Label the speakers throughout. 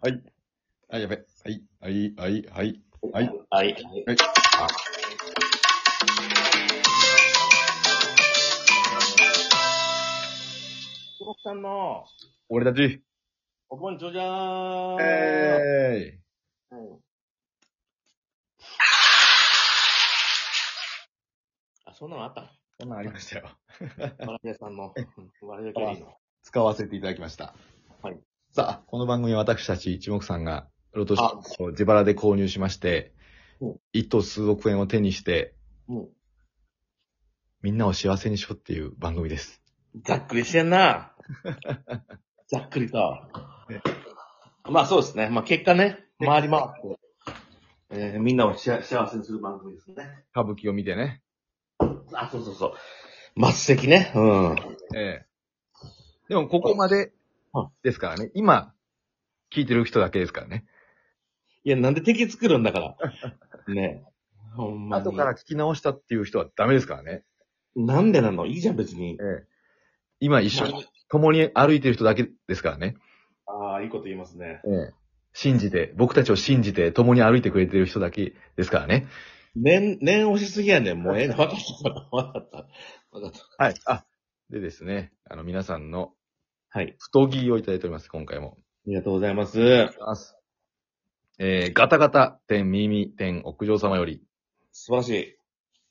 Speaker 1: はい。あ、やべ。はい。はい。はい。はい。はい。
Speaker 2: は
Speaker 1: は
Speaker 2: い。
Speaker 1: い。
Speaker 2: 小国さんの、
Speaker 1: 俺たち。
Speaker 2: お盆ちょじゃーん。
Speaker 1: え
Speaker 2: うんあ、そんなのあった
Speaker 1: ーい。こんなんありましたよ。
Speaker 2: のワラビアさん の、うんワラビアキャリーの。
Speaker 1: 使わせていただきました。
Speaker 2: はい。
Speaker 1: さあ、この番組は私たち一目さんが、ロトシを自腹で購入しまして
Speaker 2: うん、
Speaker 1: 一等数億円を手にして、
Speaker 2: うん。
Speaker 1: みんなを幸せにしようっていう番組です。
Speaker 2: ざっくりしてん な。ざっくりと。まあそうですね。まあ結果ね、回り回って、えーみんなをしあ幸せにする番組ですね。
Speaker 1: 歌舞伎を見てね。
Speaker 2: あ、そうそうそう。末席ね。うん。
Speaker 1: ええでも、ここまで
Speaker 2: は
Speaker 1: ですからね。今、聞いてる人だけですからね。
Speaker 2: いや、なんで敵作るんだ から。ねえ。ほんまに。
Speaker 1: 後から聞き直したっていう人はダメですからね。
Speaker 2: なんでなのいいじゃん、別に
Speaker 1: え。え今一緒に、共に歩いてる人だけですからね。
Speaker 2: ああ、いいこと言いますね。
Speaker 1: ええ信じて、僕たちを信じて共に歩いてくれてる人だけですからね。
Speaker 2: 念、念押しすぎやねん。もうええな。わかったから。わかった。わかった。
Speaker 1: はい。あ、でですね、あの皆さんの
Speaker 2: はい。
Speaker 1: 太着をいただいております、今回も。
Speaker 2: ありがとうございます。
Speaker 1: えー、ガタガタ店、耳店、屋上様より、
Speaker 2: 素晴らしい。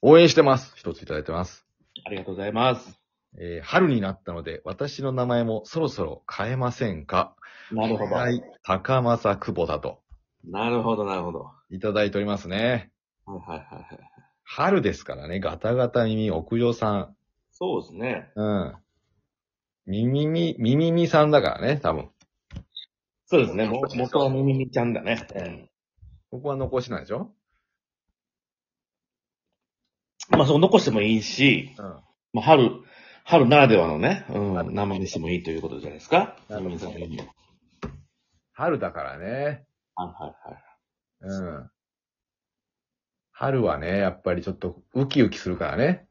Speaker 1: 応援してます。一ついただいてます。
Speaker 2: ありがとうございます。
Speaker 1: えー春になったので、私の名前もそろそろ変えませんか
Speaker 2: なるほど。
Speaker 1: はい。高政久保田と、
Speaker 2: なるほど、なるほど。はい
Speaker 1: ただいておりますね。
Speaker 2: いはいはいはい。
Speaker 1: 春ですからね、ガタガタ耳、屋上さ
Speaker 2: そうですね。
Speaker 1: ん、うん。耳み、耳みさんだからね、多分。
Speaker 2: そうですね。も元はみみみちゃんだね。
Speaker 1: ここは残しないでしょ
Speaker 2: うんまあ、そこ残してもいいし、
Speaker 1: うん。
Speaker 2: まあ、春、春ならではのね、うん、生にしてもいいということじゃないですか。
Speaker 1: なるほど
Speaker 2: みみさんの意味は
Speaker 1: 春だからね。
Speaker 2: はいはいはい。
Speaker 1: うん。春はね、やっぱりちょっとウキウキするからね。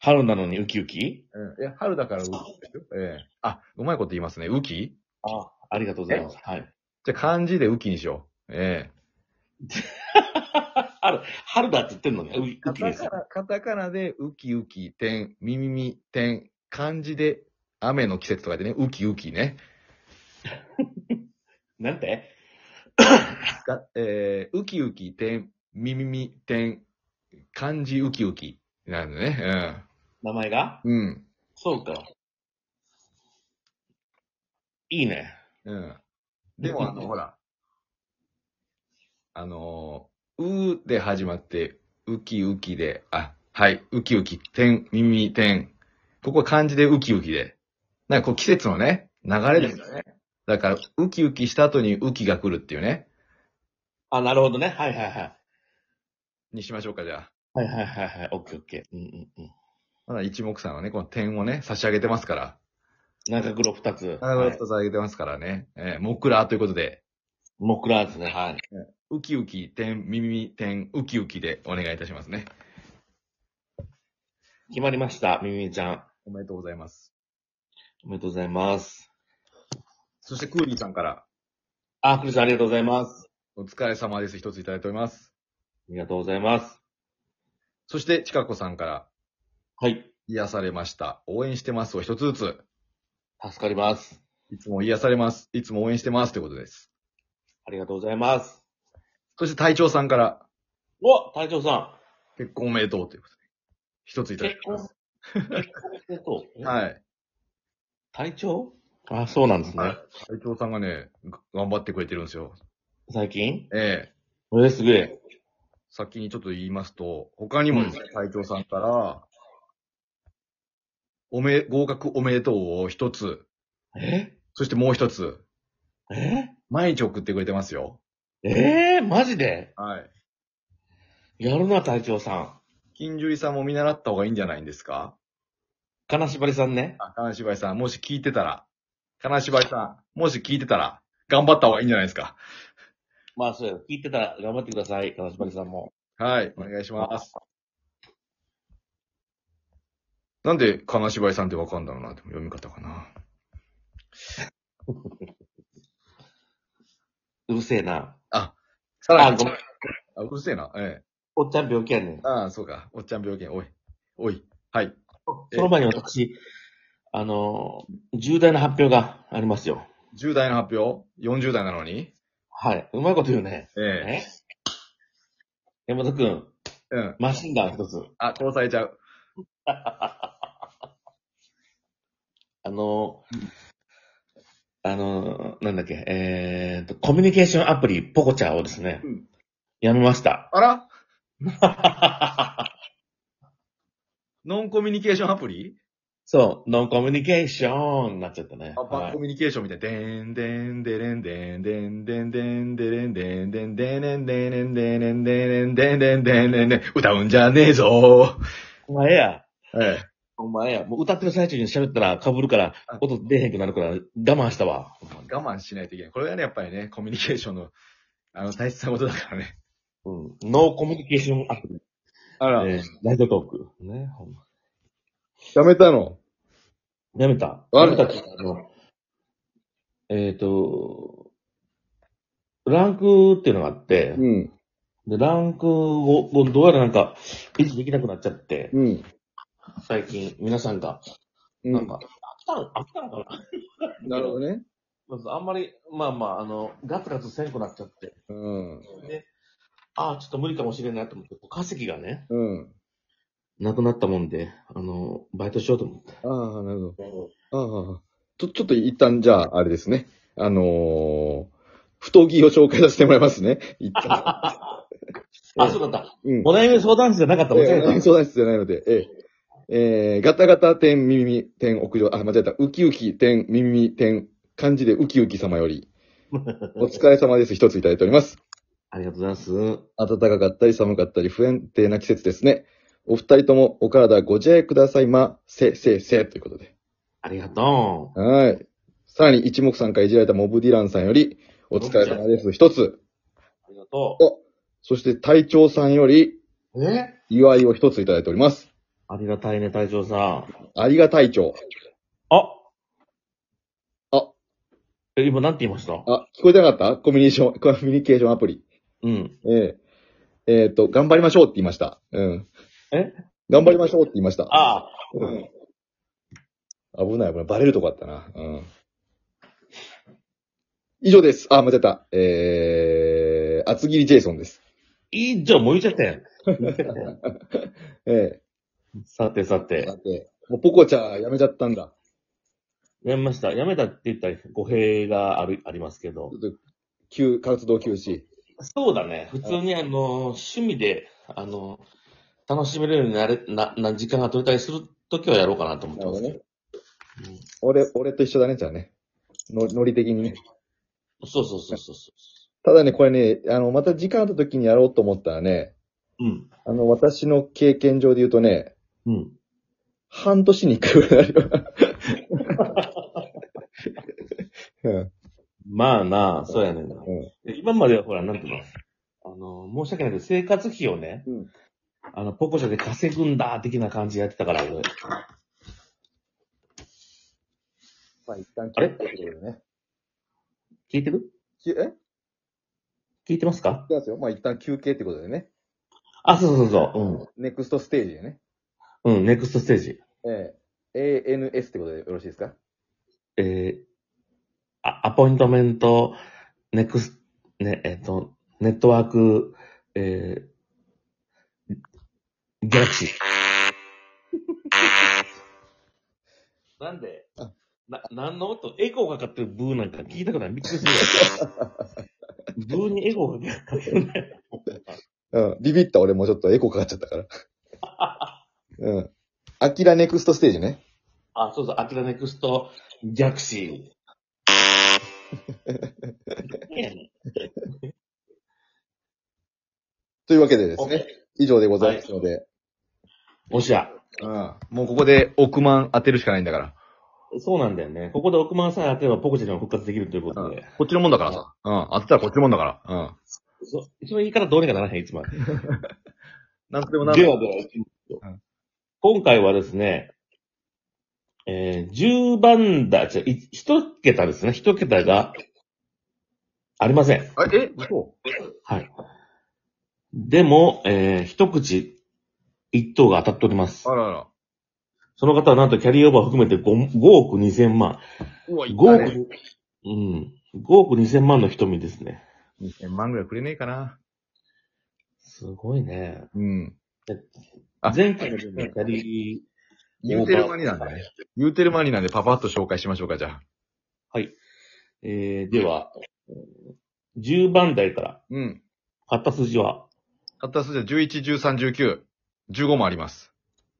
Speaker 2: 春なのにウキウキ
Speaker 1: うん。いや、春だからウキウキでしょええあ、うまいこと言いますね。ウキ
Speaker 2: ああ、ありがとうございます。はい。
Speaker 1: じゃあ漢字でウキにしよう。ええ
Speaker 2: 春、春だって言ってんのね。ウキウ
Speaker 1: カ
Speaker 2: キで
Speaker 1: タ
Speaker 2: す
Speaker 1: カ。ナ、カタカナでウキウキ、点、ミミミ、点、漢字で雨の季節とかでね、ウキウキね。
Speaker 2: なんて
Speaker 1: がえー、ウキウキ、点、ミミミ、点、漢字ウキウキ。なんでね。
Speaker 2: 名前が
Speaker 1: うん。うん。
Speaker 2: そうか。いいね。
Speaker 1: うん。でも、あの、ほら。あのー、うーで始まって、ウキウキで、あ、はい、ウキウキ、点、耳、点。ここは漢字でウキウキで。なんかこう季節のね、流れですよね。だから、ウキウキした後にウキが来るっていうね。
Speaker 2: あ、なるほどね。はいはいはい。
Speaker 1: にしましょうか、じゃあ。
Speaker 2: はいはいはいはい。オッケーオッケー。うんうんうん。
Speaker 1: まだ一目散はね、この点をね、差し上げてますから。
Speaker 2: 中黒二つ。
Speaker 1: あの、
Speaker 2: はい
Speaker 1: 差し上げてますからね。えー、もくらということで、
Speaker 2: モクラですね。はい。
Speaker 1: ウキウキ、点、耳、点、ウキウキでお願いいたしますね。
Speaker 2: 決まりました。みみみちゃん。
Speaker 1: おめでとうございます。
Speaker 2: おめでとうございます。
Speaker 1: そしてクーリーさんから、
Speaker 2: あ、クリスさんありがとうございます。
Speaker 1: お疲れ様です。一ついただいております。
Speaker 2: ありがとうございます。
Speaker 1: そして、ちかこさんから、
Speaker 2: はい。
Speaker 1: 癒されました。応援してますを一つずつ。
Speaker 2: 助かります。
Speaker 1: いつも癒されます。いつも応援してますということです。
Speaker 2: ありがとうございます。
Speaker 1: そして、隊長さんから、
Speaker 2: お隊長さ
Speaker 1: 結婚おめでとうということで。一つい
Speaker 2: ん。
Speaker 1: ただい
Speaker 2: 結
Speaker 1: ておりま
Speaker 2: 婚。結婚おめでとう。
Speaker 1: す。はい。
Speaker 2: 隊長あ、そうなんですね。
Speaker 1: 隊長さんがね、が頑張ってくれてるんですよ。
Speaker 2: 最近
Speaker 1: ええ
Speaker 2: えー、すげえ。
Speaker 1: 先にちょっと言いますと、他にもですね、隊長さんから、おめ、合格おめでとうを一つ、
Speaker 2: え
Speaker 1: そしてもう一つ、
Speaker 2: え
Speaker 1: 毎日送ってくれてますよ。
Speaker 2: えー、マジで
Speaker 1: はい。
Speaker 2: やるな、隊長さ
Speaker 1: 金樹里さんも見習った方がいいんじゃないんですか
Speaker 2: ん。金縛りさんね。
Speaker 1: あ、金縛りさん、もし聞いてたら、金縛りさん、もし聞いてたら、頑張った方がいいんじゃないですか
Speaker 2: まあ、そうや。聞いてたら頑張ってください。金縛りさんも。
Speaker 1: はい、お願いします。なんで、金縛りさんってわかんだろうな、でも読み方かな。
Speaker 2: うるせえな。
Speaker 1: さら
Speaker 2: あ、
Speaker 1: に
Speaker 2: ごめん。
Speaker 1: あ、うるせえな。ええ。
Speaker 2: おっちゃん病気やねん。
Speaker 1: ああ、そうか。おっちゃん病気。おい。おい。はい。
Speaker 2: その前に私、あの、重大な発表がありますよ。
Speaker 1: 10代の発表 ?40 代なのに
Speaker 2: はい。うまいこと言うね。
Speaker 1: ええ。
Speaker 2: え山田くん、
Speaker 1: うん。
Speaker 2: マシンガン一つ。
Speaker 1: あ、殺されちゃう。
Speaker 2: あの、あの、なんだっけ、えーと、コミュニケーションアプリ、ポコチャをですね、
Speaker 1: うん
Speaker 2: やめました。
Speaker 1: あらノンコミュニケーションアプリ
Speaker 2: そう、ノンコミュニケーションになっちゃったね。
Speaker 1: あ、バ
Speaker 2: は
Speaker 1: ン
Speaker 2: い
Speaker 1: コミュニケーションみたいな。でんでんでれんでんでんでんでんでれんでんでんでんでんでんでんでんでんでんでんでんでんでん歌うんじゃねえぞ
Speaker 2: お前や、
Speaker 1: え
Speaker 2: お前や、もう歌ってる最中に喋ったら被るから
Speaker 1: あ、
Speaker 2: 音出へんくなるから我慢したわ。
Speaker 1: え。我慢しないといけない。これがね、やっぱりね、コミュニケーションの、あの、大切なことだからね。
Speaker 2: うん、ノーコミュニケーションアプリ、
Speaker 1: あら
Speaker 2: えーラジオトーク。ね、ほんま。
Speaker 1: やめたの
Speaker 2: やめた。
Speaker 1: あ
Speaker 2: や
Speaker 1: れ
Speaker 2: めたっていうかあの、えっ、と、ランクっていうのがあって、
Speaker 1: ん、
Speaker 2: で、ランクを、もうどうやらなんか、維持できなくなっちゃって、
Speaker 1: うん、
Speaker 2: 最近、皆さんが、
Speaker 1: う
Speaker 2: なんか、飽きたの、飽きたのかな
Speaker 1: なるほどね。
Speaker 2: まずあんまり、まあまあ、あの、ガツガツせんくなっちゃって、
Speaker 1: うん、
Speaker 2: で、ああ、ちょっと無理かもしれんないと思って、こう稼ぎがね、
Speaker 1: うん。
Speaker 2: なくなったもんで、あの、バイトしようと思って。
Speaker 1: ああ、なるほど。ああ、ちょ、ちょっと一旦じゃあ、あれですね。あのー、太着を紹介させてもらいますね。一 旦。
Speaker 2: あ、そうだった。
Speaker 1: うん。
Speaker 2: お悩み相談室じゃなかったもん
Speaker 1: ええ
Speaker 2: ね。
Speaker 1: 相談室じゃないので、ええ。ええガタガタ点、耳、点、屋上、あ、間違えた。ウキウキ点、耳、点、漢字でウキウキ様よ り。お疲れ様です。一ついただいております。
Speaker 2: ありがとうございます。
Speaker 1: 暖かかったり寒かったり不安定な季節ですね。お二人ともお体ご自愛くださいませ、せ、せ、ということで。
Speaker 2: ありがと
Speaker 1: はい。さらに一目散からいじられたモブディランさんより、お疲れ様です。一つ。
Speaker 2: う。ありがと
Speaker 1: そして隊長さんより、
Speaker 2: う。え
Speaker 1: 祝いを一ついただいております。
Speaker 2: ありがたいね、隊長さん。
Speaker 1: ありが隊長。
Speaker 2: あ
Speaker 1: あ
Speaker 2: え、今なんて言いました
Speaker 1: あ、聞こえてなかったコミュニケーション、コミュニケーションアプリ。
Speaker 2: うん。
Speaker 1: えええっ、と、頑張りましょうって言いました。うん。
Speaker 2: え
Speaker 1: 頑張りましょうって言いました。
Speaker 2: ああ、
Speaker 1: うん。危ない危ない。バレるとこあったな。うん。以上です。あ、間違えた。えー、厚切りジェイソンです。
Speaker 2: いいじゃん、もう言っちゃったやん。
Speaker 1: え
Speaker 2: さてさ
Speaker 1: え
Speaker 2: て、
Speaker 1: だって、もうポコチャやめちゃったんだ。
Speaker 2: やめました。やめたって言ったら語弊がある、ありますけど
Speaker 1: ちょ。っと、休、活動休止。
Speaker 2: そうだね。普通にあの、趣味で、あの、楽しめるようになれ、な、な、時間が取れたりするときはやろうかなと思ってます
Speaker 1: なる
Speaker 2: ね。
Speaker 1: 俺、俺と一緒だね、じゃあね。の、ノリ的にね。
Speaker 2: そうそうそうそうそ
Speaker 1: ただね、これね、あの、また時間あった時にやろうと思ったらね、
Speaker 2: う。うん。
Speaker 1: あの、私の経験上で言うとね、
Speaker 2: うん。
Speaker 1: 半年に一回ぐらいあ るよ。
Speaker 2: まあなあ、そうやねんな。
Speaker 1: うん。うん。
Speaker 2: で今まではほら、なんていうのあの、申し訳ないけど、生活費をね、
Speaker 1: うん
Speaker 2: あの、ポコシャで稼ぐんだ、的な感じでやってたから、俺。
Speaker 1: まあ、一旦
Speaker 2: あれ
Speaker 1: 切ってことでね。
Speaker 2: 聞いてる
Speaker 1: きえ
Speaker 2: 聞いてますか
Speaker 1: そうですよ。まあ、一旦休憩ってことでね。
Speaker 2: あ、そうそうそう。
Speaker 1: ネクストステージでね。
Speaker 2: うん。うん、ネクストステージ。
Speaker 1: ええ ANS ってことでよろしいですか
Speaker 2: えー、あアポイントメント、ネクス、ね、えっ、と、ネットワーク、えー、ギャラクシー。なんで
Speaker 1: あ
Speaker 2: な、なんの音エコーがかかってるブーなんか聞いたくないびっくりするよ。ブーにエコーがかかってるね。
Speaker 1: うん。ビビった俺もうちょっとエコーかかっちゃったから。うん。アキラネクストステージね。
Speaker 2: あ、そうそう、アキラネクスト、ギャラクシー。いやね
Speaker 1: というわけでですね。以上でございますので。
Speaker 2: おっしゃ。
Speaker 1: うん。もうここで億万当てるしかないんだから。
Speaker 2: そうなんだよね。ここで億万さえ当てればポコチでも復活できるということで。
Speaker 1: こっちのもんだからさ。うん。当てたらこっちのもんだから。うん。
Speaker 2: そその言い方どうにかならへん、いつも。で
Speaker 1: なんとでもな
Speaker 2: は
Speaker 1: ん
Speaker 2: で
Speaker 1: と。
Speaker 2: は
Speaker 1: うん、
Speaker 2: 今回はですね、えー、10番だ、じゃ、い一桁ですね。一桁が、ありません。
Speaker 1: あえ
Speaker 2: はい。でも、えー、一口、一等が当たっております
Speaker 1: あ。らら。
Speaker 2: その方はなんとキャリーオーバー含めて 5, 5億2千万。
Speaker 1: うわ、
Speaker 2: 5
Speaker 1: 行った
Speaker 2: 億、
Speaker 1: ね。
Speaker 2: うん。5億2千万の瞳ですね。
Speaker 1: 2000万ぐらいくれねえかな。
Speaker 2: すごいね。
Speaker 1: うん。あ
Speaker 2: 前回のでもキャリー、
Speaker 1: 言うてる間になんだね。言うてる間になんでパパッと紹介しましょうか、じゃあ。
Speaker 2: えー、では、10番台から、
Speaker 1: うん。
Speaker 2: 買った数字は、
Speaker 1: 買った数字は11、13、19。15もあります。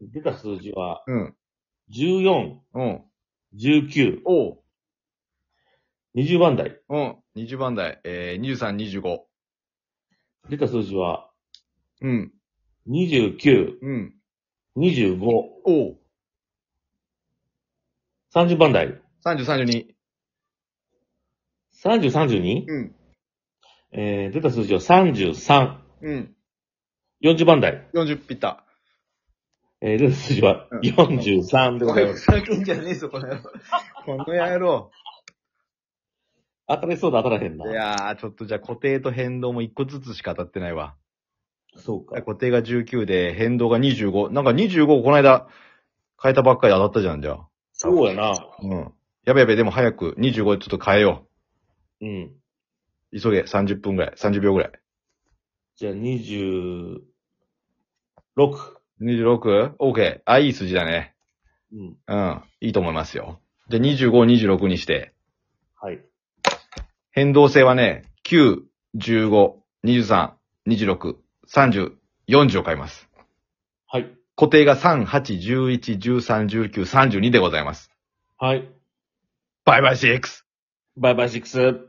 Speaker 2: 出た数字は、
Speaker 1: うん。
Speaker 2: 14、
Speaker 1: うん。
Speaker 2: 19、
Speaker 1: おう。
Speaker 2: 20番台。
Speaker 1: うん。20番台。えー、23、25。
Speaker 2: 出た数字は、
Speaker 1: うん。
Speaker 2: 29、
Speaker 1: うん。
Speaker 2: 25、
Speaker 1: おう。
Speaker 2: 30番台。
Speaker 1: 30、32。
Speaker 2: 30、32?
Speaker 1: うん。
Speaker 2: えー、出た数字は33、
Speaker 1: うん。
Speaker 2: 40番台。
Speaker 1: 40ピッタ。
Speaker 2: えー、出た数字は
Speaker 1: うん
Speaker 2: 43でございます。
Speaker 1: ふざけんじゃねえぞ、この野郎。 この野郎。
Speaker 2: 当たりそうだ当たらへん
Speaker 1: い
Speaker 2: な。
Speaker 1: やー、ちょっとじゃあ固定と変動も1個ずつしか当たってないわ。
Speaker 2: そうか。
Speaker 1: 固定が19で変動が25。なんか25この間変えたばっかりで当たったじゃん、じゃあ。
Speaker 2: そうやな。
Speaker 1: うん。やべやべ、でも早く25ちょっと変えよ
Speaker 2: うん。
Speaker 1: う。急げ、30分ぐらい、30秒ぐらい。
Speaker 2: じゃあ26。
Speaker 1: 26?OK。あ、いい数字だね。
Speaker 2: うん。
Speaker 1: うん。いいと思いますよ。じゃあ25、26にして。
Speaker 2: はい。
Speaker 1: 変動性はね、9、15、23、26、30、40を変えます。
Speaker 2: はい。
Speaker 1: 固定が3、8、11、13、19、32でございます。
Speaker 2: はい。
Speaker 1: バイバイ CX!
Speaker 2: バイバイシックス。